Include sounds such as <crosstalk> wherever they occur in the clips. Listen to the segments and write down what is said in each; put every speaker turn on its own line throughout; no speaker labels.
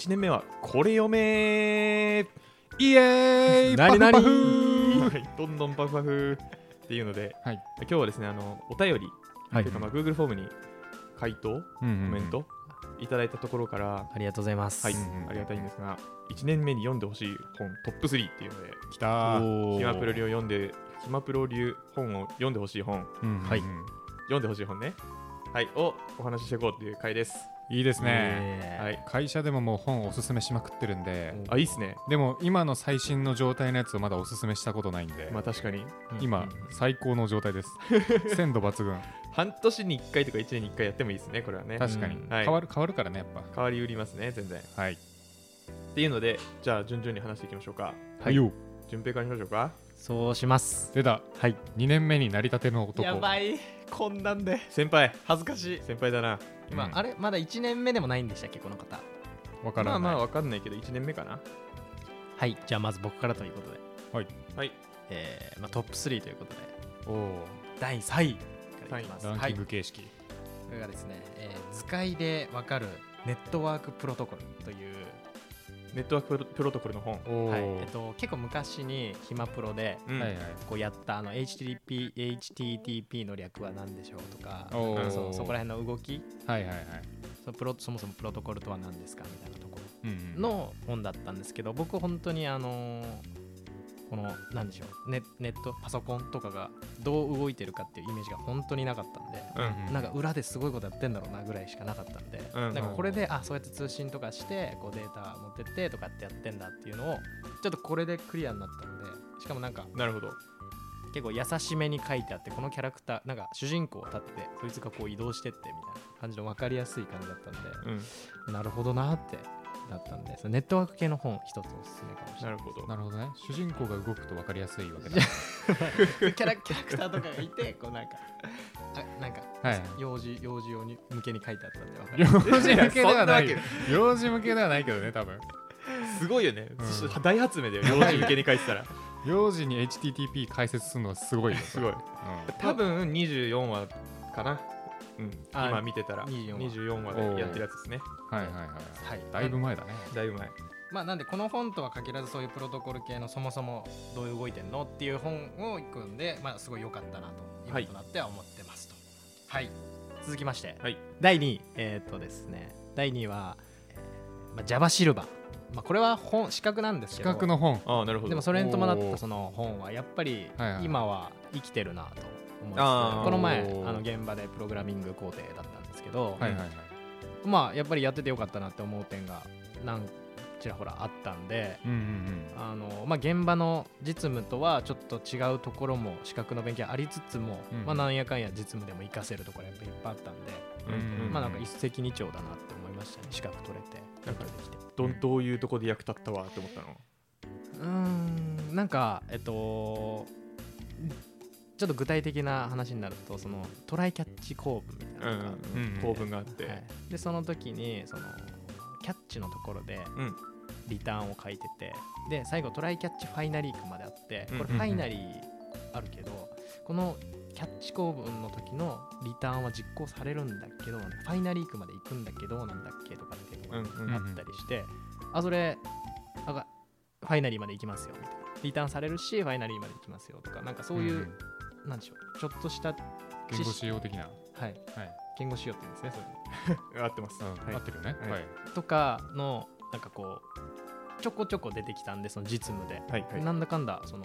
1年目はこれ読め
イエーイ
なになに
パフパフ
はいどんどんパフパフっていうので、
はい
今日はですねあのお便り、
は
というかまあ Google フォームに回答
うんうん
コ
うん
メントいただいたところから、
ありがとうございます。
はい、
うんうん
ありがたいんですが1年目に読んでほしい本トップ3っていうので
きたー
おー
ひまプロ流を読んでひまプロ流本を読んでほしい本
うんうんうん
はい
読んでほしい本ねはいをお話ししていこうっていう回です
いいですね
え
はい
会社でももう本おすすめしまくってるんで
あいいっすね
でも今の最新の状態のやつをまだおすすめしたことないんで
まあ確かに
ー
今最高の状態です
<laughs>
鮮度抜群
半年に1回とか1年に1回やってもいいですねこれはね
確かに
うん
はい
変わる変わるからねやっ
変わり売りますね全然
ぱはい
っていうのでじゃあ順々に話していきましょうか
はい
よ
順平からしましょうか
そうします。
出た
はい。
2年目になりたての男
い。こんなんで。
先輩
恥ずかしい。
先輩だな
今、
うん
あれまだ1年目でもないんでしたっけ、この方。
わか
ま
ら
あまあ
ない
わかんないけど1年目かな
はい。じゃあまず僕からということで、
はい
えーまあ、トップ3ということで、
おお
第3位からいきます。
ラン
は
キ
い。
ン
こ
グ形式
れがですね、えー図解でわかるネットワークプロトコルという、
ネットワークプロプロトコルの本
お
はい
ー
えっと、結構昔にひまプロで、
うん
はいはい
こうやったあの HTTP, HTTP の略は何でしょうとか
おー
そうそこら辺の動き
はいはいはい
そのプロそもそもプロトコルとは何ですかみたいなとこ
うんう
ろ
ん
の本だったんですけど僕本当にあのーこの何でしょうネネットパソコンとかがどう動いてるかっていうイメージが本当になかったんで。
う
うん
なんか裏ですごいことやってんだろうなぐらいしかなかったんで、
うん
なんかこれであそうやって通信とかしてこうデータ持ってってとかってやってんだっていうのをちょっとこれでクリアになったのでしかもなんか
なるほど
結構優しめに書いてあってこのキャラクターなんか主人公を立っててそいつがこう移動してってみたいな感じの分かりやすい感じだったんで、
うん
なるほどなーってなったんでそのネットワーク系の本一つおすすめかもしれ
な
ない
るほど
なるほどね主人公が動くとわかりやすいわけだ
キャラキャラクターとかがいてこうなんかあなんか、
はい
幼児幼児用に向けに書いてあったんで分か
幼 <laughs> 児
る
向けではない
いやそんなわ
幼児向けではないけどね多分
すごいよね、
うん
そして大発明だよ幼児向けに書いてたら
幼児に HTTP 解説するのはすごいよ
すごい多分24話かな、うん、
あ
今見てたら
24話
話でやってるやつですね
はいはいはい
はい
だいぶ前だね
だいぶ前
まあなんでこの本とは限らずそういうプロトコル系のそもそもどういう動いてんのっていう本を組んでまあすごい良かったなと
は
今
い
となっては思ってますとはい、続きまして、
はい
第2位えーっとですね第2位は、えーまあ、Java シルバー、まあ、これは本資格なんです
資
けど
格の本
ああなるほど
でもそれに伴っ
おー
たその本はやっぱり
はいはい
今は生きてるなと思
あ
っ
ー
てこの前
おー
あの現場でプログラミング工程だったんですけど、
はいはいはい
まあやっぱりやっててよかったなって思う点がなんちらほらあったんで
うんうん
あの、まあ、現場の実務とはちょっと違うところも資格の勉強ありつつも、
うん
まあ、なんやかんや実務でも活かせるところやっぱいっぱいあったんで、
うんうん
まあなんか一石二鳥だなって思いましたね資格取れて
なんか
できて
どんどういうとこで役立ったわって思ったの
うーんなんかえっとちょっと具体的な話になるとそのトライキャッチ構文みたいなのがあっ
うんうん
構文があって、
て、でその時にそのキャッチのところで
うん
リターンを書いててで最後トライキャッチファイナリークまであって
うん
これファイナリーあるけど、このキャッチ構文の時のリターンは実行されるんだけどなんかファイナリークまで行くんだけどなんだっけとかっていうのが
うんうん
あったりして、あそれあがファイナリーまで行きますよみたいなリターンされるしファイナリーまで行きますよとかなんかそういう、
ん
なんでしょうちょっとした、は
言語使用的なはい
い、言語仕様って言うんですねそれ
合ってます、
うん
はい
合ってるよね
はい
はい
とかのなんかこうちょこちょこ出てきたんでその実務で、
はいはい
なんだかんだその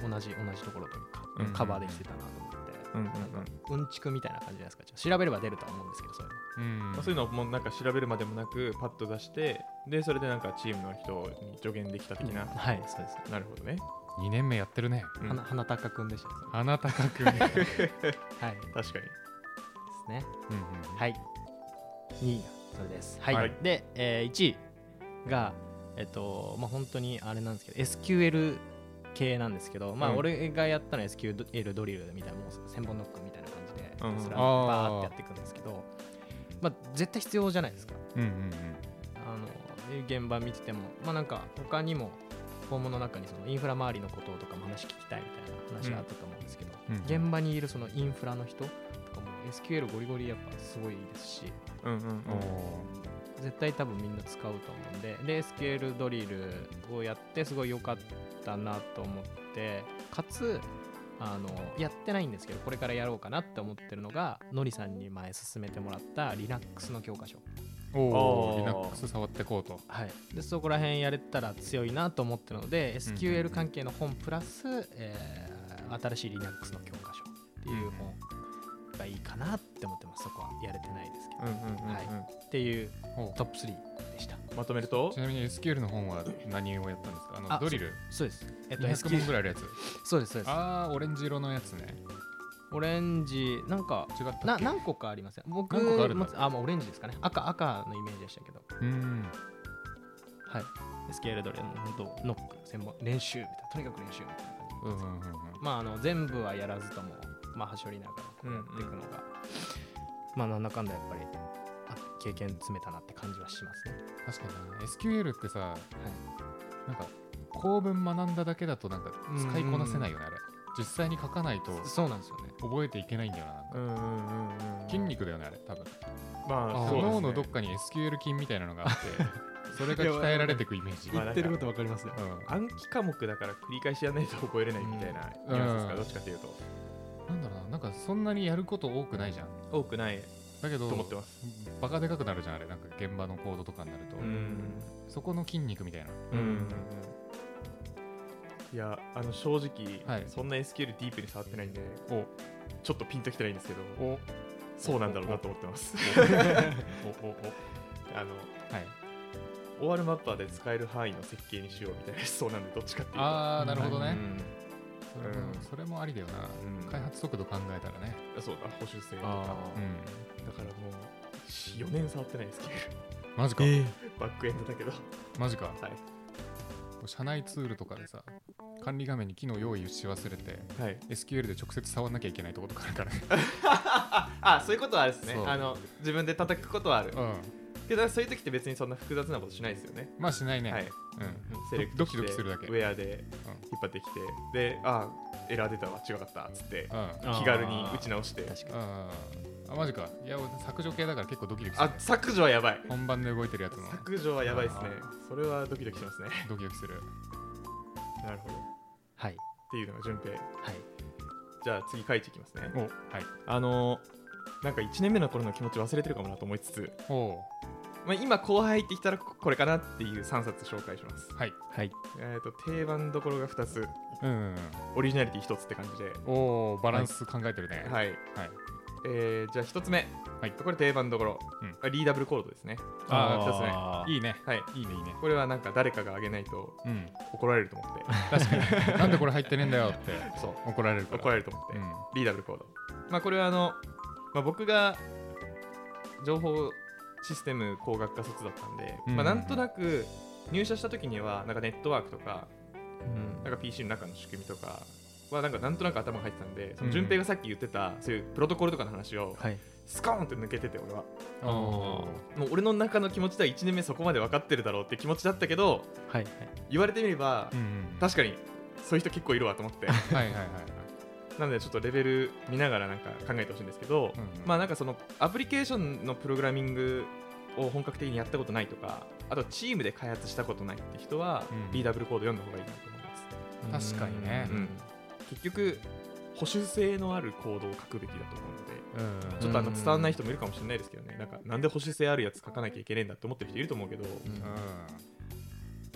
同じ同じところというか、
うん
カバーできてたなと思って、
うんうんうん
なんかうんちくみたいな感じじゃないですかちょっと調べれば出るとは思うんですけどそういうの
うん
まあそういうのをもうなんか調べるまでもなくパッと出してでそれでなんかチームの人に助言できた的な、
はいそうです、
なるほどね、
2年目やってるね
うん
花花高くんでしたねそ
鼻高く
確
れはいで
かに
すね
うんうん
はい。2位がそれです。はい。
はい
で、え1位が、えっと、まあ、本当にあれなんですけど、SQL 系なんですけど、まあ、
うん
俺がやったのは SQL ドリルみたいな、もう1000本ノックみたいな感じで、
うんうん
それをバーってやっていくんですけど、まあ、絶対必要じゃないですか。
うんうんうん
あの現場見てても、まあ、なんか他にもフォームの中にそのインフラ周りのこととかも話聞きたいみたいな話があったと思うんですけど、
うんうん
現場にいるそのインフラの人とかも SQL ゴリゴリやっぱすごいですし
うんうんうん
おー
絶対多分みんな使うと思うんででスケールドリルをやってすごい良かったなと思ってかつあのやってないんですけどこれからやろうかなって思ってるのがのりさんに前勧めてもらった Linux の教科書
おお、
あー
Linux 触ってこうと。
はい、でそこら辺やれたら強いなと思ってるので、
うん
SQL 関係の本プラス、えー新しい Linux の教科書っていう本がいいかなって思ってますそこはやれてないですけ
うんう
ど、
んうんうん
はいっていう
おう
トップ3でした
まとめると
ちなみに SQL の本は何をやったんですかあの
あ
ドリル。
そうですえっと
200問
SQL
ぐらいあるやつ。
そうですそうです
ああ、オレンジ色のやつね。
オレンジなんか
違ったっ
な
け
何個かありません僕
何個かあるんだ
まずあもうオレンジですかね赤赤のイメージでしたけど
うん。
はい SQL どれ本当ノック専門練習みたいなとにかく練習みたいな感じ
うんうんうんうん。
まあ、あの全部はやらずとも、まあ、はしょりながらこうやっていくのが、まあなんだかんだやっぱりあ経験詰めたなって感じはしますね。
確かにな SQL ってさ、
はい、
なんか構文学んだだけだとなんか使いこなせないよね、あれ。実際に書かないと
そうなんですよね。
覚えていけないんだよな。なんか
うんうんうんうん
筋肉だよね、あれ、多分。
まあそうです、ね、
脳のどっかに SQL 筋みたいなのがあって、
<laughs>
それが鍛えられていくイメージ。
まあなんか
とわかりますね。
うん
暗記科目だから繰り返しやらないと覚えれないみたいなニュアンスですか、
うん
どっちかというと
なんだろうな、なんかそんなにやること多くないじゃん。
多くない
だけど、
と思ってます
バカでかくなるじゃん、あれ。なんか現場のコードとかになると。
うん
そこの筋肉みたいな。
うんいやあの正直、
はい
そんな SQL ディープに触ってないんで
お
ちょっとピンときてないんですけど
おお
そうなんだろうなと思ってます
おおお
<laughs> あの
はい。
OR マッパーで使える範囲の設計にしようみたいなそうなんでどっちかっていうと
ああ、なるほど
う
ね。
ん
そ
う
れも
ん
それもありだよな。
うん
開発速度考えたらね。
そうだ保守性と
あ
か
うん。
だからもう4年触ってない SQL
マジか。
<laughs> バックエンドだけど
マジか。
はい
社内ツールとかでさ、管理画面に機能用意し忘れて、
はい
SQL で直接触んなきゃいけないとことかあるからね。
あそういうことはあれですね
そう
あの自分で叩くことはある
う
けどそういう時って別にそんな複雑なことしないですよね
ん。まあしないね。
はい
うん。
セレク
ド
トして
ドキドキするだけ。
ウェアで引っ張ってきてであエラー出たわ違かったっつって
うん。うん
あー
気軽に打ち直して
確か
あーあ、マジか。いや、俺削除系だから結構ドキドキす
あ
るね、
削除はやばい
本番で動いてるやつの
削除はやばいですね
あ
それはドキドキしますね <laughs>
ドキドキする。
なるほどっ
はい
ていうのが順平
はい。
じゃあ次書いていきますね
おはい。
あのなんか1年目の頃の気持ち忘れてるかもなと思いつつ、
お
まあ、今後輩入ってきたらここれかなっていう3冊紹介します
ーはい。
はい。
えっ、と定番どころが2つ
うんうん
オリジナリティ1つって感じで
うん。おーバランス考えてるね。。
はいい
はい、
えーじゃあ1つ目、
はい
これ定番どころ、
うん
あリーダブルコードですね
ああ、
あー
二つ目。いいね。
はい
いいね、いいね。
これはなんか誰かがあげないと
うん。
怒られると思って
<laughs> 確かに。なんでこれ入ってねえんだよって
そう
怒られるから。
怒ら
れ
れると思って、リーダブルコードまあこれはあの、まあ、僕が情報システム工学科卒だったんで、
うん
まあ、なんとなく入社した時にはなんかネットワークとか
うん
なんか PC の中の仕組みとかはなんかなんとなく頭が入ってたんでそ
うん
の順平がさっき言ってたそういうプロトコルとかの話を
はい。
スコーンって抜けてて俺は
うん。お
もう俺の中の気持ちでは1年目そこまで分かってるだろうって気持ちだったけど
はい。
言われてみれば
ー。うんうん。
確かにそういう人結構いるわと思って
かに。はいはいはいはい。
なのでちょっとレベル見ながらなんか考えてほしいんですけど、
うんうん
まあなんかそのアプリケーションのプログラミングを本格的にやったことないとかあとチームで開発したことないって人は
うん
BW コード読んだ方がいいなと思います、
確かにね
うん結局保守性のあるコードを書くべきだと思うので
うんうん。
ちょっとあの
うん
伝わらない人もいるかもしれないですけどねなんかなんで保守性あるやつ書かなきゃいけないんだって思ってる人いると思うけど、
うんうん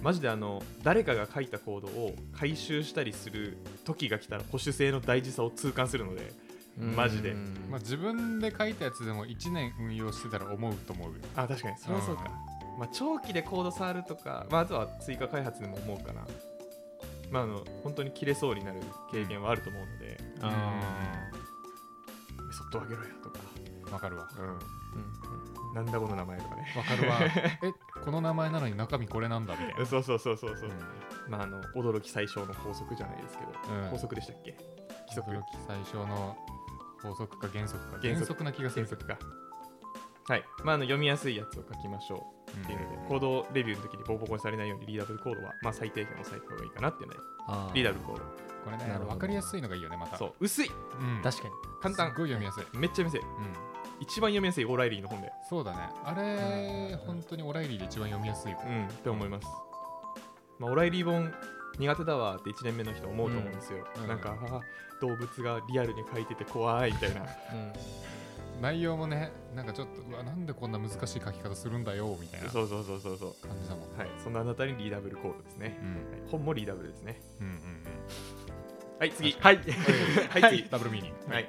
マジであの誰かが書いたコードを回収したりする時が来たら保守性の大事さを痛感するのでマジで
うん
まあ、自分で書いたやつでも1年運用してたら思うと思うよ。
あ確かにそれはそうか、まあ、長期でコード触るとか、まあ、あとは追加開発でも思うかな、まあ、あの本当に切れそうになる経験はあると思うので、
あ
そっと上げろよとか、
わかるわ。
ーうん
なんだこの名前とかね
わか
<laughs>
るわ。え、この名前なのに中身これなんだみたいな。
そうそうそうそうそう、
う
まああの驚き最小の法則じゃないですけど、
んうん
法則でしたっけ規則
驚き最小の法則か原則か。
原則
原則な気がす
原
る。
則かはいまあ、あの読みやすいやつを書きましょ
うん
うっていうので、コードレビューの時にボコボコにされないようにリーダブルコードは、まあ、最低限押さえた方がいいかなっていうので
あー
リーダブルコー
これね
なるほ、ど
わかりやすいのがいいよね、また。
ドそう薄い
うん。
確かに。
簡単
すっごい読みやすい。
めっちゃ見せる
うん。
一番読みやすいオライリーの本で
そうだねあ
うんうんう
れ
ん
本当にオライリーで一番読みやすい本
うんって思います、まあ、オライリー本苦手だわって1年目の人思うと思うんですよ、
うんうん
なんか、あー動物がリアルに書いてて怖いみたいな
うん
内容もねなんかちょっとうわなんでこんな難しい書き方するんだよみたいな
そう
感
そうそうそうそう
じだもん
はいそんなあなたにリーダブルコードですね
う、ん
はい本もリーダブルですね
うんうんうん
はい次
確
はい <laughs> はい次
ダブルミーニング
はい、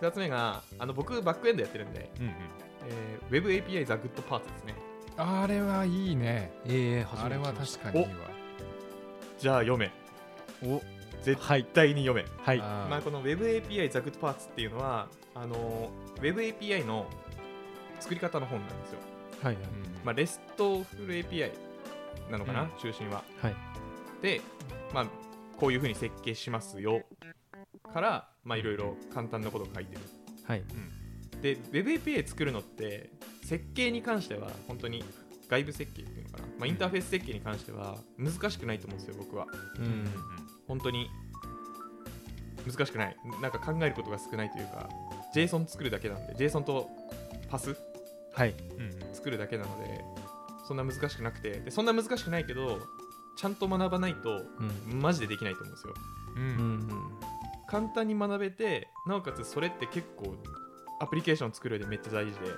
2つ目があの僕バックエンドやってるんで、
うんうん
えー、Web API ザグッドパーツですね
あれはいいね
ええ
あれは確かにいいわ
じゃあ読め
お
絶
はい
対に読め
はい
あー
まあ、この Web API ザグッドパーツっていうのはあの Web API の作り方の本なんですよ、
はい
まあ、
うん
RESTful API なのかな、
うん
中心は
はい
で、まあ、こういうふうに設計しますよからまあいろいろ簡単なことが書いてる
はい
で WebAPI 作るのって設計に関しては本当に外部設計っていうのかな、まあ、インターフェース設計に関しては難しくないと思うんですよ僕は
う
うん
ん
本当に難しくないなんか考えることが少ないというか JSON 作るだけなんで JSON とパス
はい
うんうん
作るだけなのでそんな難しくなくてでそんな難しくないけどちゃんと学ばないと
うん
マジでできないと思うんですよ
うんう
う
ん
ん
簡単に学べてなおかつそれって結構アプリケーション作る上でめっちゃ大事で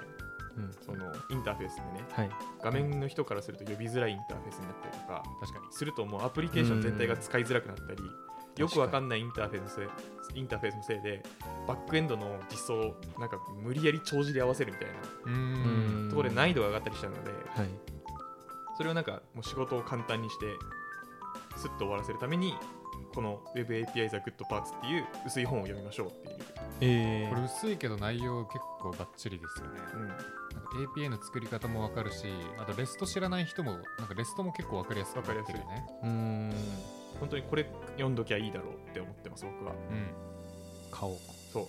うん
そのインターフェースでね
はい
画面の人からすると呼びづらいインターフェースになったりとか
確かに
するともうアプリケーション全体が使いづらくなったりよくわかんないインターフェースのせいインターフェースのせいでバックエンドの実装をなんか無理やり帳尻合わせるみたいな
う
うん
ところで難易度が上がったりしたので
はい
それをなんかもう仕事を簡単にしてスッと終わらせるためにこの WebAPI The Good Parts っていう薄い本を読みましょうっていう、
え
これ薄いけど内容結構バッチリですよね
うん
なんか APA の作り方もわかるしあとレスト知らない人もなんかレストも結構わかりやすくなってるよね
うーん
本当にこれ読んどきゃいいだろうって思ってます僕は
うん
顔
そ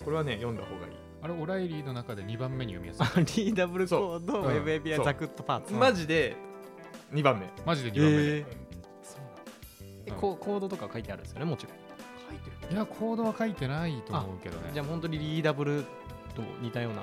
うこれはね読んだ方がいい
あれオライリーの中で2番目に読みやすい
あリーダブルコード
そう
Web
そ
API
う
ザクッとパーツ
マジで2番目
マジで2番目で、
え
そう
え
うん
こうコードとか書いてあるんですよねもちろん
書いてる
いやコードは書いてないと思うけどね
じゃあ本当にリーダブルと似たような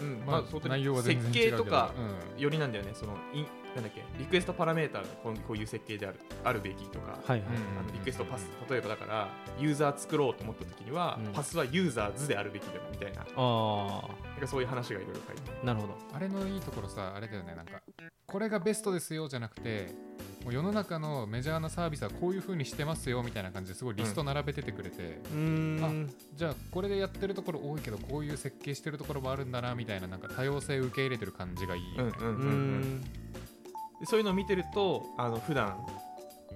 うん
ま
ま
あ
あ、相当に
内容は全然違う
設
け
計
ど
とか
うん
よりなんだよねそのいなんだっけリクエストパラメーターがこんこういう設計であるあるべきとか、
はい
はい
あのリクエストパス例えばだからユーザー作ろうと思った時には、
うん
パスはユーザー図であるべきだみたいな
あ
なんかそういう話がいろいろ書いてある
あなるほど
あれのいいところさあれだよねなんかこれがベストですよじゃなくてもう世の中のメジャーなサービスはこういう風にしてますよみたいな感じですごいリスト並べててくれて、
うーん
じゃあこれでやってるところ多いけどこういう設計してるところもあるんだなみたいななんか多様性受け入れてる感じがいい
う
よね、
うー
んうんうん
ん
でそういうのを見てるとあの普段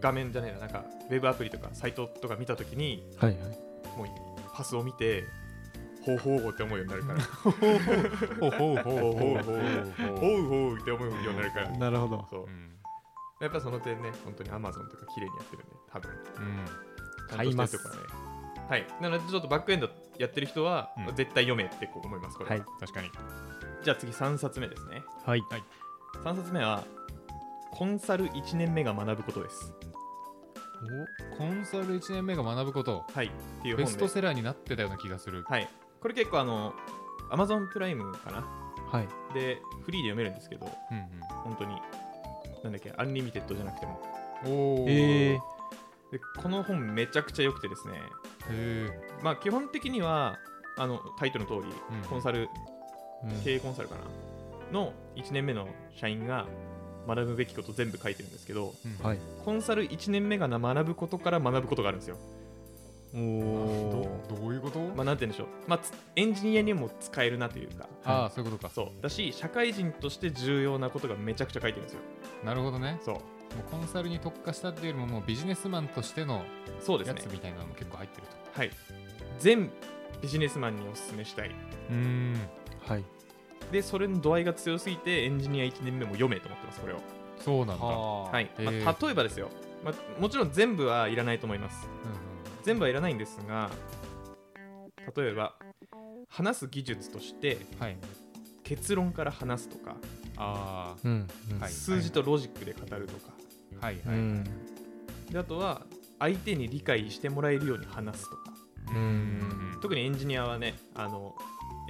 画面じゃねえななんかウェブアプリとかサイトとか見た時に
はいはい
もうパスを見てほうほうほうって思うようになるから
ほうほうほうほうほう
ほうほうって思うようになるから
なるほど
そう
うん
やっぱその点ね、本当に Amazon とか綺麗にやってるんで、多分
うん
買います
ちゃんとしてるとかね。はい。なので、ちょっとバックエンドやってる人は、
うん
絶対読めってこう思います、これ。
はい
確かに
じゃあ次、3冊目ですね。
はい
3冊目は、コンサル1年目が学ぶことです。
コンサル1年目が学ぶこと
はい。っていう
ベ
本
ス
で
ト。セラーになってたような気がする、
はい。これ結構、あの、Amazon プライムかな。
おはい
で、フリーで読めるんですけど、本当に、なんだっけ、アンリミテッドじゃなくても。
うんうん、おー
えー
で、この本めちゃくちゃ良くてですね、
へ
まあ、基本的には、あのタイトルの通り、
うん
コンサル
うん
経営コンサルかなの1年目の社員が学ぶべきこと全部書いてるんですけど
ーうん
はい
コンサル1年目がな学ぶことから学ぶことがあるんですよ、
お
ど
お
どういうこと、
まあ、なんて言うんでしょう、まあ、つエンジニアにも使えるなというか
ああそういうことか
そうだし社会人として重要なことがめちゃくちゃ書いてるんですよ
なるほどね
そう
もうコンサルに特化したっていうよりももうビジネスマンとしての
そうです
や
ね
つみたいなのも結構入ってると
はい全ビジネスマンにおすすめしたい
うん
はい
でそれの度合いが強すぎてエンジニア1年目も読めと思ってますこれを
そうなんだ、
は
はい、まあ
へー
例えばですよ、まあ、もちろん全部はいらないと思います
うんうん
全部はいらないんですが例えば話す技術として
はい
結論から話すとか、
あ
うん
あ、はい、
数字とロジックで語るとか
はいは
う
い、
ん
であとは相手に理解してもらえるように話すとか
うん
特にエンジニアはねあの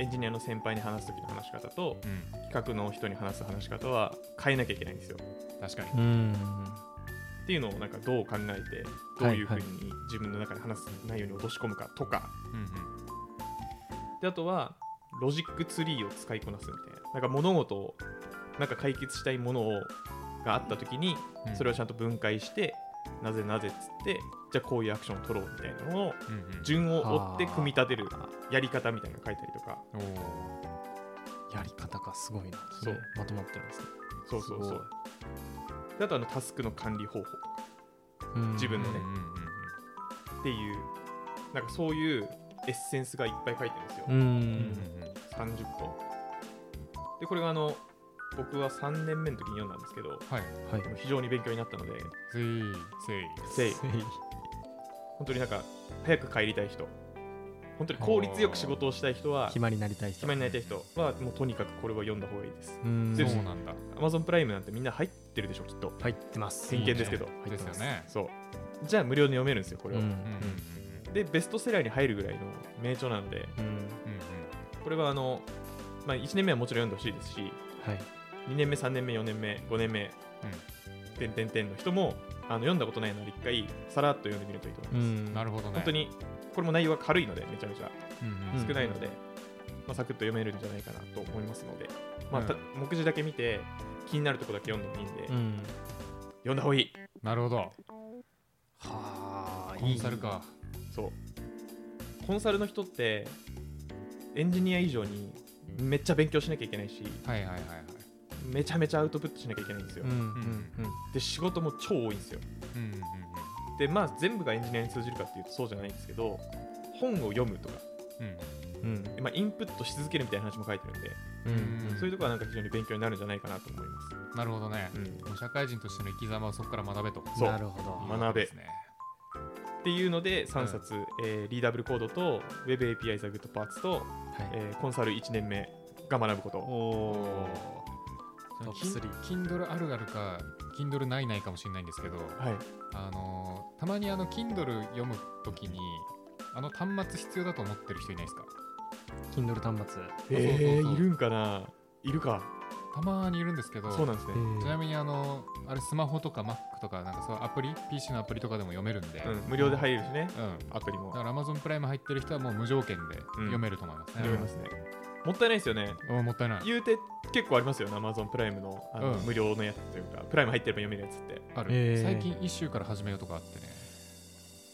エンジニアの先輩に話す時の話し方と
うん、
企画の人に話す話し方は変えなきゃいけないんですよ
確かに。
うん
っていうのをなんかどう考えてどういうふうに自分の中で話す内容に落とし込むかとか
うん
であとはロジックツリーを使いこなすみたいななんか物事をなんか解決したいものをがあった時に
うん、
それ
は、
をちゃんと分解して、なぜなぜっつってじゃあこういうアクションを取ろうみたいなのを
うんうん、
順を追って組み立てるやり方みたいなのを書いたりとか
おー
やり方がすごいな
そう
ねまとまってますね
そうそうそうであとあのタスクの管理方法とか
うん
自分
うん
のね
うんうん
っていうなんかそういうエッセンスがいっぱい書いてるんですよ、
うん
うんうんうん
30本でこれがあの僕は3年目の時に読んだんですけど
はい。
はい
非常に勉強になったので
せい、せい。
せい本当になんか早く帰りたい人本当に効率よく仕事をしたい人は
暇になりたい人
暇になりたい人はもうとにかくこれは読んだ方がいいです
うん
せい
そうなんだ。
Amazon プライムなんてみんな入ってるでしょきっと
入ってます
偏見ですけど
入
で
って
す
ま
よね。
そうじゃあ無料で読めるんですよこ
う
れを、
うんうん
ん
でベストセラーに入るぐらいの名著なんで
うん
うんうん
これはあの、まあ、1年目はもちろん読んでほしいですし
はい
2年目3年目4年目5年目てんてんてんの人もあの読んだことないので一回さらっと読んでみるといいと思います、
うんなるほどね。
本当にこれも内容が軽いのでめちゃめちゃ
うんうん、
うん
少ないので、まあ、サクッと読めるんじゃないかなと思いますので、まあた
うん
目次だけ見て気になるところだけ読んでもいいんで、
うん
読んだ方がいい
なるほど。
はあ
コンサルか。
そうコンサルの人ってエンジニア以上にめっちゃ勉強しなきゃいけないし
はいはいはいはい。
めちゃめちゃアウトプットしなきゃいけないんですよ、
うんうん
で仕事も超多いんですよ
うんうんうんうん。
でまあ全部がエンジニアに通じるかっていうとそうじゃないんですけど本を読むとか、
うん
うん
まあ、インプットし続けるみたいな話も書いてるんで、
うん
そういうところはなんか非常に勉強になるんじゃないかなと思います、
なるほどね。
うん
もう社会人としての生き様をそこから学べと。
そ
ん
う
なるほど
学べ
ですね。
っていうので3冊、えーリーダブルコードと WebAPI ザグッドパーツと、
はい
えーコンサル1年目が学ぶこと
おト
ト
ップ3
Kindle あるあるか、Kindle ないないかもしれないんですけど、
はい
あのーたまにあの Kindle 読むときに、あの端末必要だと思ってる人いないですか
Kindle 端末
え
そうそうそ
ー、
う
いるんかないるか
たまーにいるんですけど、
そうなんですね、
ちなみにあのあれスマホとか Mac とかなんかそういうアプリ PC のアプリとかでも読めるんで、
うん、無料で入れるしね
うん
アプリ
だ
も
から Amazon プライム入ってる人はもう無条件で読めると思いますね、
読めますねもったいないですよね
うんもったいない
言うて結構ありますよね Amazon プライムのあの、
うん
無料のやつというかプライム入ってれば読めるやつって
ある、
えー
最近一週から始めようとかあってね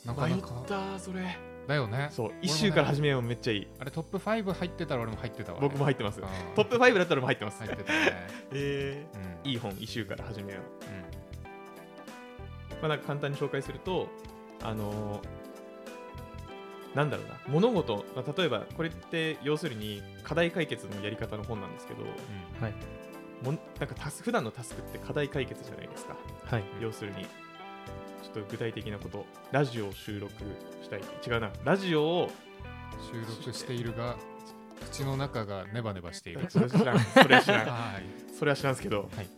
なか
迷
な
っ
か
たーそれ
だよね
そう1週から始めようめっちゃいい
あれトップ5入ってたら俺も入ってたわ、
僕も
入
入っ
っ
てます
てた
トップ5だったらもう入ってます
入ってたね、
え
うん、
ーい
い、
い本1週から始めよう
うん
まあ、なんか簡単に紹介すると、あのーなんだろうな、物事、まあ、例えばこれって要するに課題解決のやり方の本なんですけど、
うん
はい
もんなんかタス普段のタスクって課題解決じゃないですか、
はい
要するに、ちょっと具体的なこと、ラジオを収録したい、違うな、ラジオを、
収録しているが口の中がネバネバしている
それ知らん、そ <laughs> れは知らん、
はい
それは知らんですけど、
はい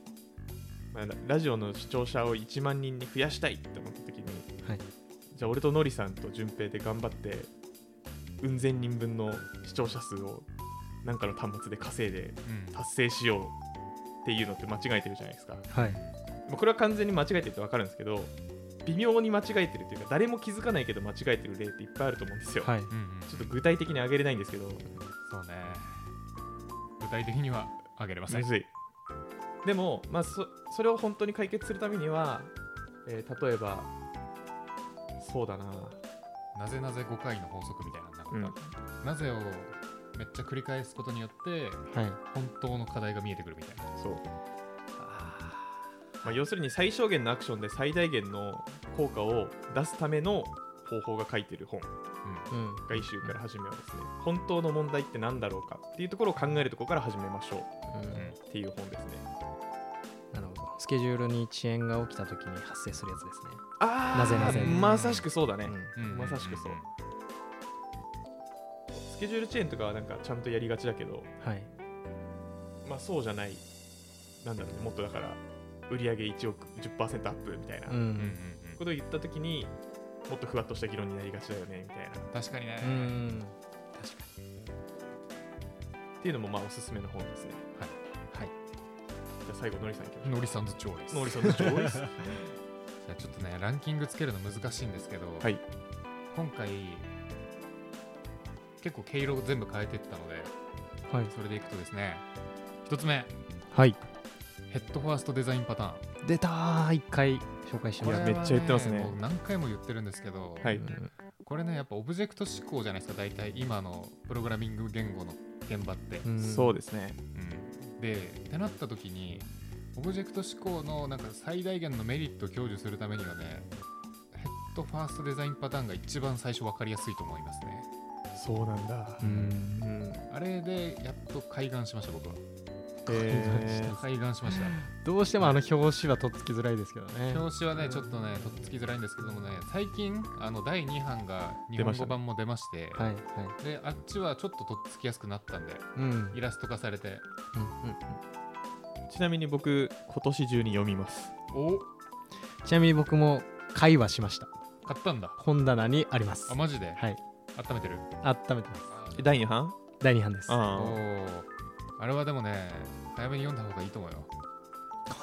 まあラジオの視聴者を1万人に増やしたいって思った時に、
はい
じゃあ俺とのりさんと順平で頑張ってうん千人分の視聴者数をなんかの端末で稼いで
うん
達成しようっていうのって間違えてるじゃないですか、ま
はい
あ、これは完全に間違えてるって分かるんですけど微妙に間違えてるっていうか誰も気づかないけど間違えてる例っていっぱいあると思うんですよ、
はい
うんうん
ちょっと具体的に挙げれないんですけど
そうね。具体的にはあげれません。
むずいでも、まあ、そそれを本当に解決するためには、えー例えばそうだな
なぜなぜ5回の法則みたいなのなかった、なぜをめっちゃ繰り返すことによって
はい
本当の課題が見えてくるみたいな。
そうまあ、要するに最小限のアクションで最大限の効果を出すための方法が書いてる本が
うん
1週から始めようですね本当の問題って何だろうかっていうところを考えるところから始めましょう
うん
うん
っていう本ですね
なるほどスケジュールに遅延が起きた時に発生するやつですね
あー
なぜなぜ
まさしくそうだね、
うんうんうん
まさしくそうスケジュールチェーンとかはなんかちゃんとやりがちだけど
はい
まあそうじゃないなんだろうねもっとだから売上1億10%アップみたいなこ
う
うんうん
ん
う
と
ん
を言った時にもっとふわっとした議論になりがちだよねみたいな
確かにね
う。ん
っていうのもまあおすすめの本ですね。
はい。
じゃあ最後、のりさんいきましょ
ノリさんとチョーイス
う。のりさんの情報です。
じゃあちょっとねランキングつけるの難しいんですけど、
はい
今回結構毛色を全部変えてったので
はい。
それでいくとですね1つ目
はい。
ヘッドファーストデザインパターン
出たー、一回紹介し
こ
ま
れ
す
は
めっちゃ言ってますね
もう何回も言ってるんですけど、
はい
うん
これねやっぱオブジェクト思考じゃないですか大体今のプログラミング言語の現場って、
うん
そうですね。
うんでってなった時にオブジェクト思考のなんか最大限のメリットを享受するためにはねヘッドファーストデザインパターンが一番最初分かりやすいと思いますね
そうなんだ
う。ん
うん。
あれでやっと開眼しました僕は
えー
開眼しました
どうしてもあの表紙はとっつきづらいですけどね。
表紙はねちょっとねとっつきづらいんですけどもね最近あの第2版が日
出ま
本
した
語
ね
版も出まして
はいはい。
であっちはちょっととっつきやすくなったんで
うん。うん
イラスト化されて
うん
ちなみに僕、今年中に読みます。
お
ちなみに僕も会話しました。
買ったんだ
本棚にあります
あ。マジで
はい。
温めてる
温めてます。
え第2版
第2版です。は
お
ああ
ーあれはでもね早めに読んだ方がいいと思うよ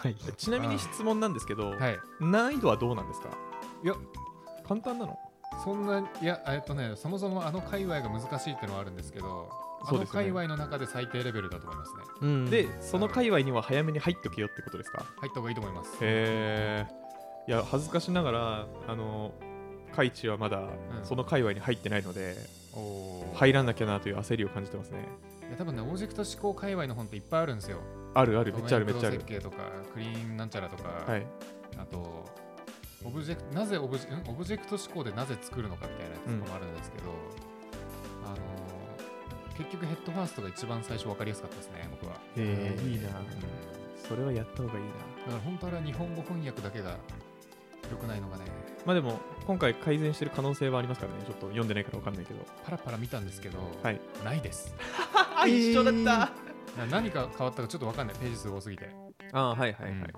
い。
ちなみに質問なんですけど、
はい
難易度はどうなんですか
いや
簡単なの
そんないやえっとねそもそもあの界隈が難しいってのはあるんですけどあ
そう
の
ですよね
界隈の中で最低レベルだと思いますね
うん
で、その界隈には早めに入っとけよってことですか
入った方がいいと思います
へえ。いや、恥ずかしながら、あの、カイチはまだ
ん
その界隈に入ってないので、
おー
入らなきゃなという焦りを感じてますね。
いや多分ねオブジェクト思考界隈の本っていっぱいあるんですよ
あるある、めっちゃある、めっちゃある
ドメイン。設計とかクリーンなんちゃらとか、
はい。
あとオブジェクトなぜオブジェんオブジェクト思考でなぜ作るのかみたいなやつとかもあるんですけど、あのー結局ヘッドファーストが一番最初分かりやすかったですね僕は、
えーいいな
うん
それはやった方がいいな。
だから本当あれは日本語翻訳だけが良くないのがね
まあでも、今回改善してる可能性はありますからね、ちょっと読んでないからわかんないけど。
パラパラ見たんですけど、
はい
ないです
あ
一緒だった
な何か変わったかちょっと分かんないページ数多すぎて
ああ、はいはいはい。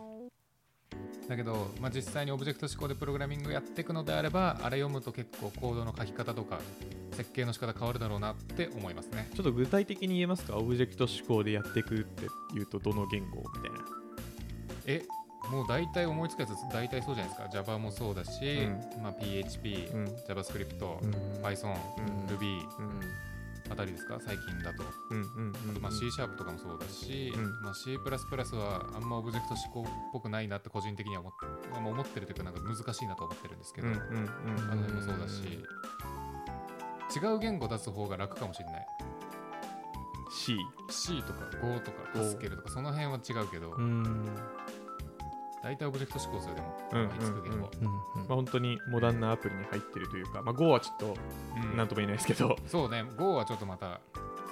だけど、まあ、実際にオブジェクト思考でプログラミングやっていくのであればあれ読むと結構コードの書き方とか設計の仕方変わるだろうなって思いますね
ちょっと具体的に言えますかオブジェクト思考でやっていくっていうとどの言語みたいな。
えもう大体思いつくやつ大体そうじゃないですか Java もそうだし、
う
まあ、PHP、
うん
JavaScript、
うん
う
Python、
ん
Ruby
うん
あたりですか最近だと、
うんうんうん
まあ、C シャープとかもそうだし、
うん
まあ、C++ はあんまオブジェクト思考っぽくないなって個人的には思っあんま思ってるというかなんか難しいなと思ってるんですけ
う
ど、
んうん
あの辺もそうだし、違う言語出す方が楽かもしれない。
うん C。
C とか Go とか Haskell とかその辺は違うけど、
うん。
大体オブジェクト思考ですよ、でも。
うんうん
思いつく言語。
うん
まあ、本当にモダンなアプリに入ってるというか、まあ、Go はちょっと
うん
なんとも言えないですけど、
そうね、Go はちょっとまた、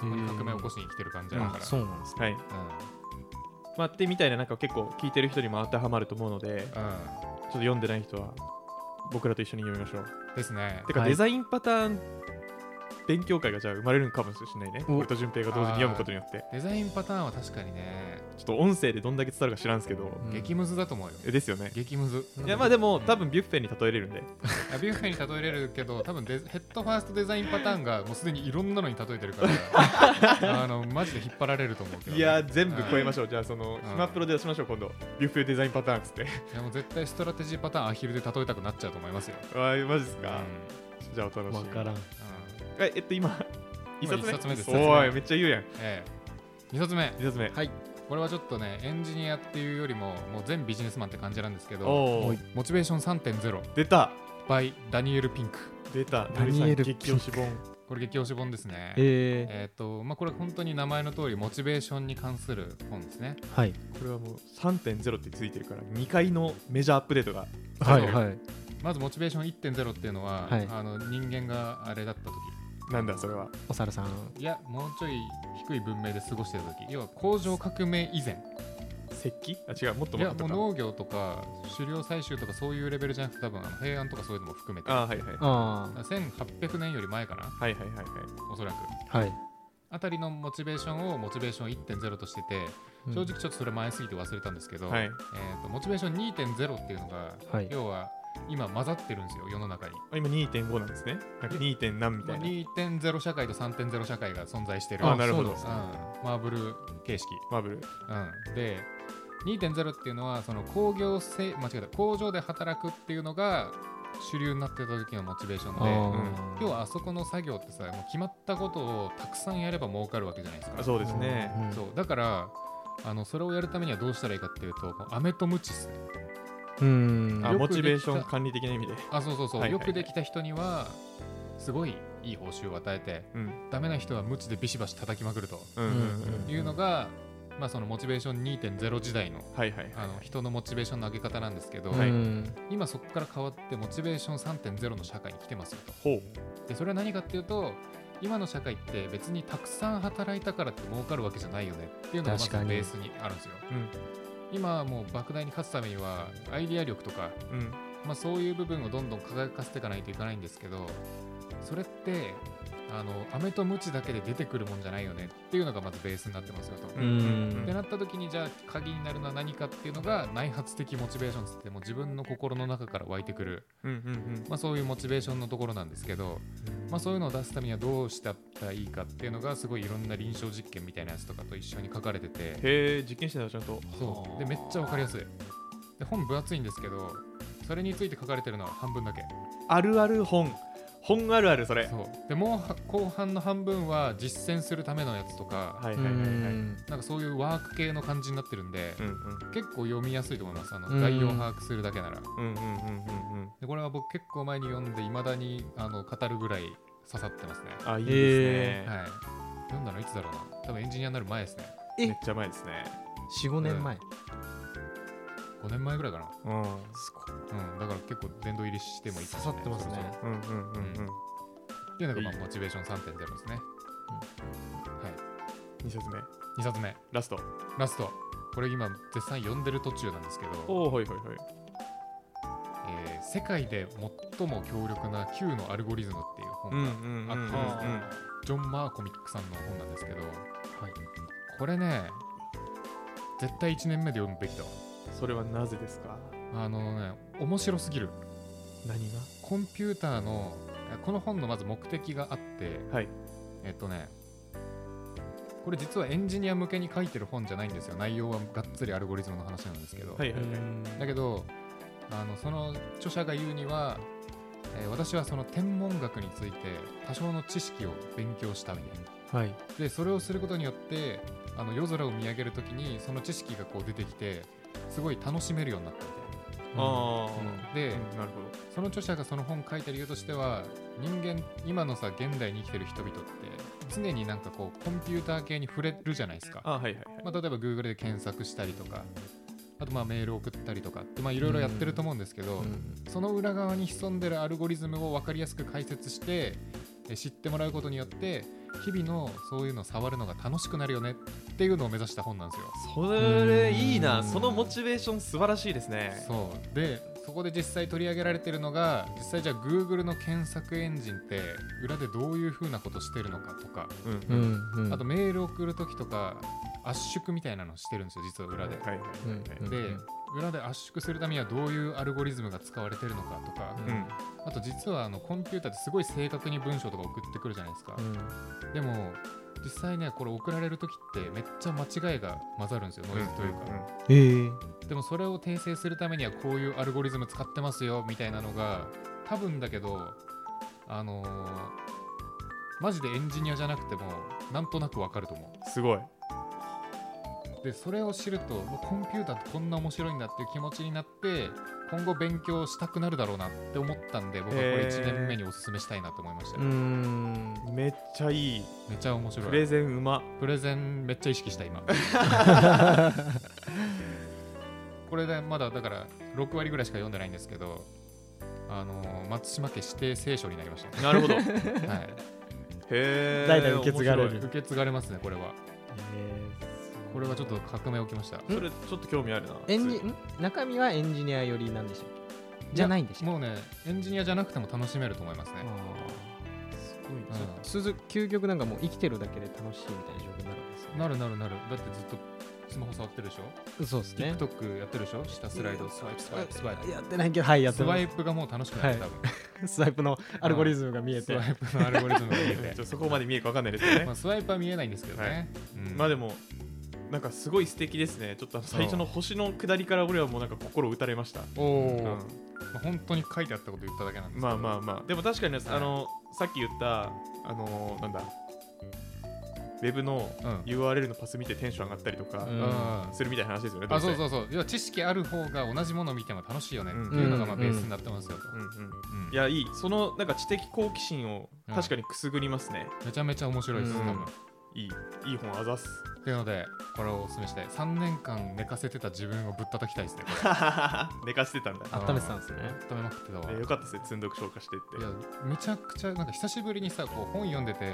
そこに革命を起こしに来てる感じだか
あ
ら。
そうなんですね。
はい。まあ、ってみたいな、なんか結構聞いてる人にも当てはまると思うので、ちょっ
う
と読んでない人は僕らと一緒に読みましょう。
ん。うん。ですね
て。か、
はい
デザインパターン勉強会がじゃあ生まれるのかもしれないね。
お
俺と順平が同時に読むことによって。
デザインパターンは確かにね、
ちょっと音声でどんだけ伝わるか知らんすけど、
うん
激ムズだと思うよ。
えですよね。
激ムズ。
いやまあでも多分ビュッフェに例えれるんで、
あビュッフェに例えれるけど、多分デヘッドファーストデザインパターンがもうすでにいろんなのに例えてるから、
<laughs>
あのマジで引っ張られると思うけどね、
いやー全部超えま
し
しょう、じゃあその暇プロで出しましょう今度ビュッフェデザインパターンっつって
た。いやもう絶対ストラテジーパターンアヒルで例えたくなっちゃうと思いますよ。
<laughs> わーマジっす
うん
か、じゃあお楽しみ
わ
に
からん。
うん
ええっと今一
今
冊目
一冊目です
おーいめっちゃ言うやん
ええ、2冊目、
二冊目
はい。
これはちょっとね、エンジニアっていうよりも、もう全ビジネスマンって感じなんですけど、
おお
はい
モチベーション3.0、
出た
by ダニエル・ピンク。
出た
ダニエ
のりさ
ル
ん激推し本
これ、激推し本ですね。
え
えーとまあ、これ本当に名前の通りモチベーションに関する本ですね。
ー、はい。
これはもう3.0ってついてるから2回のメジャーアップデートが
は
はいい
はい。
まずモチベーション1.0っていうのは、
はい
あの人間があれだった時
なんだそれは
お猿さん。
いやもうちょい低い文明で過ごしてた時要は工場革命以前
石器あ違うもっと
い
も
や
っと
もう
か
農業とか狩猟採集とかそういうレベルじゃなくて多分あの平安とかそういうのも含めて
あーはいはい
あ
1800年より前かな
はいはいはいはい
おそらく
あ。はい。
あたりのモチベーションをモチベーション1.0としてて正直ちょっとそれ前すぎて忘れたんですけど、
はい
えー、とモチベーション2.0っていうのが、
はい
要は今混ざってるんですよ世の中に、
あ今2.5なんですね。なんか 2. 点何みた
まあ、
いな。
2.0社会と3.0社会が存在してる、
あ
うん
なるほど
そうなんですね
マーブル形式、
マーブル。
うん、で2.0っていうのはその工業せ間違えた工場で働くっていうのが主流になってた時のモチベーション
あー
で要はあそこの作業ってさもう決まったことをたくさんやれば儲かるわけじゃないですか
あそうですね。
うん
そうだからあのそれをやるためにはどうしたらいいかっていうともう飴とムチっすね
うん
あ
よく
モチベーショ
で
ン
きた
管理的な意味で。
あそうそうそう、
はいはいはい
よくできた人にはすごいいい報酬を与えて
うん。
ダメな人はムチでビシバシ叩きまくると
うんうんうん。
いうのが、まあ、そのモチベーション2.0時代の
はいはいは
あ
い。
の人のモチベーションの上げ方なんですけど、
はい
うん
今そこから変わってモチベーション3.0の社会に来てますよと
ほう。
でそれは何かっていうと今の社会って別にたくさん働いたからって儲かるわけじゃないよねっていうのがまず
確かに
ベースにあるんですよ
うん
今はもう莫大に勝つためにはアイデア力とか、
うん。
まあ、そういう部分をどんどん輝かせていかないといけないんですけどそれってあの飴とムチだけで出てくるもんじゃないよねっていうのがまずベースになってますよと。
うん
ってなった時にじゃあ鍵になるのは何かっていうのが内発的モチベーションっつってもう自分の心の中から湧いてくる、
うんうん
まあ、そういうモチベーションのところなんですけど、まあ、そういうのを出すためにはどうしたらいいかっていうのがすごいいろんな臨床実験みたいなやつとかと一緒に書かれてて
へえ、実験してたちゃんと。
そうでめっちゃわかりやすいで本分厚いんですけどそれについて書かれてるのは半分だけ
あるある本。本あるあるそれ。
そうでもうは後半の半分は実践するためのやつとか、
はいはいはいはい。うん
なんかそういうワーク系の感じになってるんで、
うん
結構読みやすいと思いますあの
うん
概要を把握するだけなら。
うんうんうんうんうん。
でこれは僕結構前に読んでいまだにあの語るぐらい刺さってますね、
あ、いいですね。
はい、読んだのいつだろうな多分エンジニアになる前ですね
え
めっちゃ前ですね。
45年前
5年前ぐらいかな、
うん。うん
すごい
うん、だから結構殿堂入りしてもいいですね
刺さってますね
そろそ
うんうんうん。
ろっていうのが、ま
いい
あ、モチベーション3.0ですね、はい
2冊目。
2冊目
ラスト。
ラストこれ今絶賛読んでる途中なんですけど、
おお、ほいほいほい。
えー世界で最も強力な Q のアルゴリズム」っていう本
う
が、
んうんうんうんうん。
ジョン・マーコミックさんの本なんですけど
はい
これね絶対1年目で読むべきだわ
それはなぜですか
あのね面白すぎる
何が
コンピューターのあこの本のまず目的があって
はい。
えっとねこれ実はエンジニア向けに書いてる本じゃないんですよ内容はがっつりアルゴリズムの話なんですけど、
はいはいはい。
だけどあのその著者が言うには、えー私はその天文学について多少の知識を勉強したみたいな
はい
でそれをすることによってあの夜空を見上げるときにその知識がこう出てきてすごい楽しめるようになったみたいな
ああ。
で
うんなるほど。
その著者がその本書いた理由としては人間今のさ現代に生きてる人々って常になんかこうコンピューター系に触れるじゃないですか
あはいはいはい。
まあ、例えば Google で検索したりとかあとまあメール送ったりとかってまあいろいろやってると思うんですけど、
うん
その裏側に潜んでるアルゴリズムを分かりやすく解説してえ知ってもらうことによって日々のそういうのを触るのが楽しくなるよねっていうのを目指した本なんですよ。
それいいうな、
ん
そのモチベーション素晴らしいですね。
そうでそこで実際取り上げられてるのが実際じゃあ Google の検索エンジンって裏でどういう風なことしてるのかとか、
うん
う
うん
んうん
あとメール送るときとか圧縮みたいなのしてるんですよ実は裏で。
はいはいはいはい。
うん
で、裏で圧縮するためにはどういうアルゴリズムが使われてるのかとか、
うんうん
あと実はあのコンピューターってすごい正確に文章とか送ってくるじゃないですか、
うん
でも実際ねこれ送られる時ってめっちゃ間違いが混ざるんですよノイズというか、
ええ
でもそれを訂正するためにはこういうアルゴリズム使ってますよみたいなのが多分だけどあのーマジでエンジニアじゃなくてもなんとなくわかると思う
すごい。
でそれを知るともうコンピューターってこんな面白いんだっていう気持ちになって今後勉強したくなるだろうなって思ったんで僕はこれ
へー
1年目におすすめしたいなと思いました、
う
ね
ん
めっちゃいい。
めっちゃ面白い
プ
プレ
レゼンうま。
ゼンめっちゃ意識した
<laughs>
今これでまだだから6割ぐらいしか読んでないんですけどあのー松島家指定聖書になりましたね
なるほど。へ
<laughs>
はい
え。
代々受け継がれる
面
受け継がれますねこれはこれはちょっと革命起きました
白いそれちょっと興味あるな。
エンジん中身はエンジニア寄りなんでしたっけじゃないんでしたっ
もうねエンジニアじゃなくても楽しめると思いますね
けあーすごいな
うん
続究極なんかもう生きてるだけで楽しいみたいな状況になるんですよね
なるなるなるだってずっとスマホ触ってるでしょ、
そうですね
TikTok やってるでしょ下スライド、スワイプ、スワイプ、スワイプ。
やってないけどはいやって
ス
ま
ワ
す
イプがもう楽しくなって、
は
多
い
分。
スワイプのアルゴリズムが見え
ス
て
ワイプのアルゴリズムが見え
<laughs> ちょってと。そこまで見えるかわかんないですけど
ま
ね
あ、スワイプは見えないんですけどね。
はい
うん
まあでもなんかすごい素敵ですねちょっと最初の星の下りから俺はもうなんか心打たれました
おお、
うん
まあ本当に書いてあったこと言っただけなんですけど
まあまあまあでも確かにね、
はい
あのさっき言ったあのなんだウェブの
うん
URL のパス見てテンション上がったりとか
うん
あ
するみたいな話ですよね、ど
あ
せ
そうそうそう要は知識ある方が同じものを見ても楽しいよね
うん
っていうのがまあ
うん
ベースになってますよ
う
と、
んうん
うん
いやいいそのなんか知的好奇心を確かにくすぐりますね、
めちゃめちゃ面白いです、
うん
多分
いいいい本あざっす
っていうのでこれをおすすめしたい3年間寝かせてた自分をぶったたきたいですねこ
<laughs> 寝かしてたんだ
あ
温めてたんですね
れ温めまくってたわ、
えよかったですね積んどく消化してい
いや
っ
めちゃくちゃなんか久しぶりにさこう本読んでて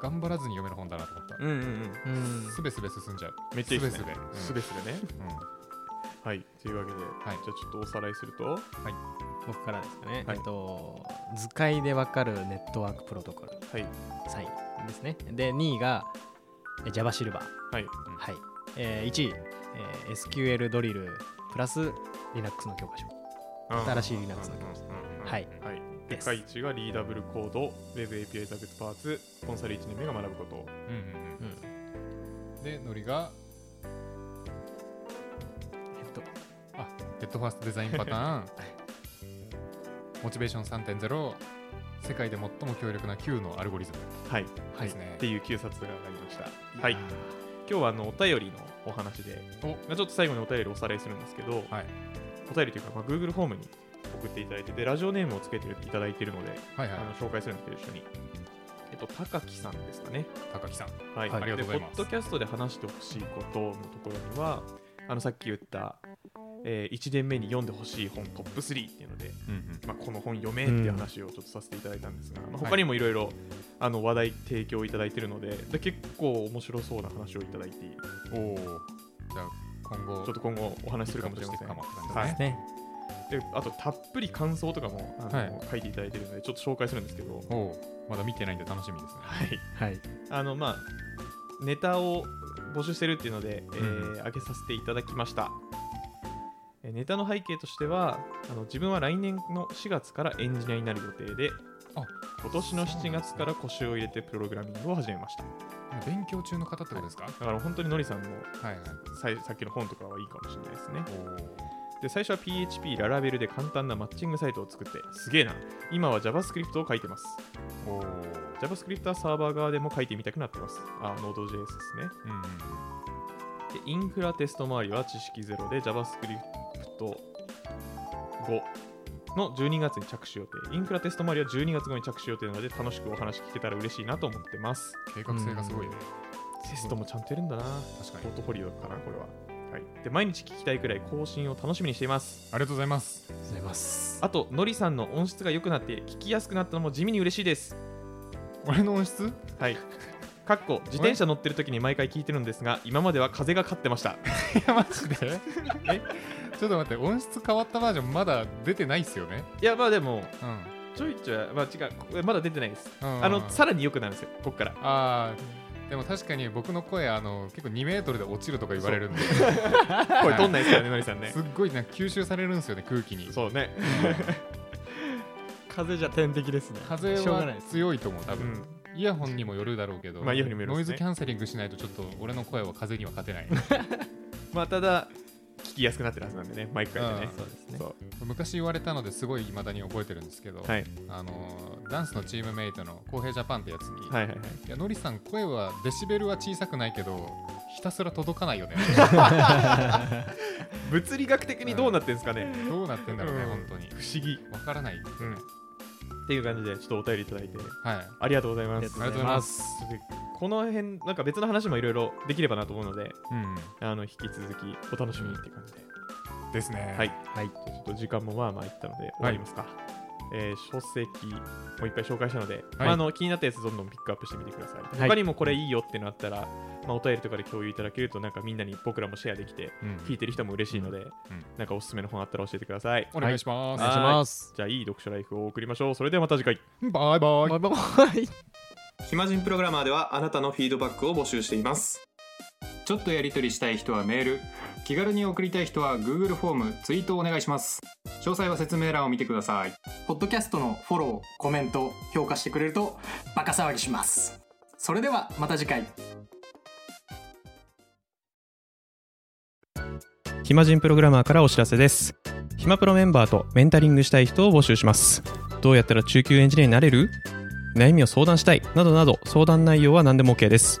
頑張らずに読める本だなと思った
てうんうんうん
うん
すべすべ進んじゃう
めっちゃいいです
すべ
ね
すべうん
すべすべね
うん
はいというわけで、
い
じゃあちょっとおさらいするとは
僕からですかね、
はい
えっと図解でわかるネットワークプロトコル
い
3位ですねで2位がえ Java シルバー
はい
はい、えー、1位、えー SQL ドリルプラス Linux の教科書新しい Linux の教科書はい
はい、で
です
会中がリーダブルコード、Web API ターゲットパーツ、コンサル1年目が学ぶこと。
うんうん
うん
うんでノリが
えっと
あデッドファーストデザインパターンモチベーション3.0世界で最も強力な Q のアルゴリズム
はい、
はい
ですね
っていう9冊がありました。はい、今日はあのお便りのお話で、
お
まあちょっと最後にお便りをおさらいするんですけど、
はい
お便りというか、まあ、Google フォームに送っていただいて、でラジオネームをつけていただいているので、
はいはい
あの紹介するんですけど、一緒に。えっと、高木さんですかね。
高木さん
はい、
はいありがとうございます
でポッドキャストで話してほしいことのところには、あのさっき言った、え1年目に読んでほしい本トップ3っていうので、まあ、この本読めっていう話をちょっとさせていただいたんですが、まあ他にもいろいろあの話題提供いただいてるのでで結構面白そうな話をいただいている
おおじゃあ今後
ちょっと今後お話しするかもしれません
ピックアップしていくかも
は
で
い
す、ね
であとたっぷり感想とかもあの、
はい
書いていただいてるのでちょっと紹介するんですけど、
おおまだ見てないんで楽しみですね
はい、
はい
あのまあネタを募集してるっていうので、えー
う
上げさせていただきましたえーネタの背景としてはあの自分は来年の4月からエンジニアになる予定で
あ
今年の7月から腰を入れてプログラミングを始めました
勉強中の方ってことですか
だから本当にのりさんの
はいはい
さいさっきの本とかはいいかもしれないですね。
おお
で、最初は PHP、ララベルで簡単なマッチングサイトを作って、すげえな。今は JavaScript を書いてます。
おお
JavaScript はサーバー側でも書いてみたくなってます。あ、Node.js ですね。
うんう
で、イン
ん
フラテスト周りは知識ゼロで JavaScript 5の12月に着手予定。インフラテスト周りは12月後に着手予定なので、楽しくお話聞けたら嬉しいなと思ってます。
計画性がすごいね
テストもちゃんとやるんだな。
確かに
ポートフォリオかな、これは。はい、で毎日聞きたいくらい更新を楽しみにしています。
ありがとうございます
ありがとうございます
あと、のりさんの音質が良くなって、聞きやすくなったのも地味に嬉しいです。
俺の音質 <laughs>
<laughs> はい。かっこ自転車乗ってる時に毎回聞いてるんですが、今までは風が勝ってました。
いやマジで <laughs> えちょっと待って音質変わったバージョンまだ出てないっすよね
いや、まあでも、
うん、
ちょいちょい、まあ違うこれ、まだ出てないです。
うん
あの、さらに良くなるんですよ、こっから。
あーでも確かに僕の声あの結構2メートルで落ちるとか言われるんで
声取んないですからね、のりさんね
<laughs> す。っごいなんか吸収されるんですよね空気に
そうね。
風じゃ天敵ですね
風
しょうがな
はい
です
強いと思う多
う
分、
ん。
イヤホンにもよるだろうけど、
まあイヤホンにもよるっすね
ノイズキャンセリングしないとちょっと俺の声は風には勝て
<laughs>
ない
まあ、ただ、聞きやすくなってるはずなんでね、毎回でね
うん。
そうですね
そう。
昔言われたのですごい未だに覚えてるんですけど、
はい。
あのーダンスのチームメイトの浩平ジャパンってやつに、
はいはいはい。
いやのりさん声はデシベルは小さくないけどひたすら届かないよ <laughs> ね
物理学的にどうなってんですかね。
どうなってんだろうね、
うん
本当に
不思議。
わからない、
うん。っていう感じで、ちょっとお便りいただいて、
はい
ありがとうござい
あ
ま
り
す
がと。うございます
ちょっとこの辺なんか別の話もいろいろできればなと思うので
うん
あの引き続きお楽しみにっていう感じで、
ですね
はい
はい
ちょっと時間もまあまあいったので終わりますか、えー書籍もいっぱい紹介したので、まあ、あの気になったやつどんどんピックアップしてみてください、
はい
他にもこれいいよってのあったら、まあ、お便りとかで共有いただけるとなんかみんなに僕らもシェアできて
うん
聞いてる人も嬉しいので、なんかおすすめの本あったら教えてください
お願いしま
お
す、
願いします
じゃあいい読書ライフを送りましょうそれではまた次回
バイバイ
バイバイ
暇人プログラマーではあなたのフィードバックを募集しています。
ちょっとやり取りしたい人はメール気軽に送りたい人は Google フォームツイートをお願いします詳細は説明欄を見てください
ポッドキャストのフォロー、コメント、評価してくれるとバカ騒ぎします。それではまた次回。
暇人プログラマーからお知らせです暇プロメンバーとメンタリングしたい人を募集しますどうやったら中級エンジニアになれる悩みを相談したいなどなど相談内容は何でも OK です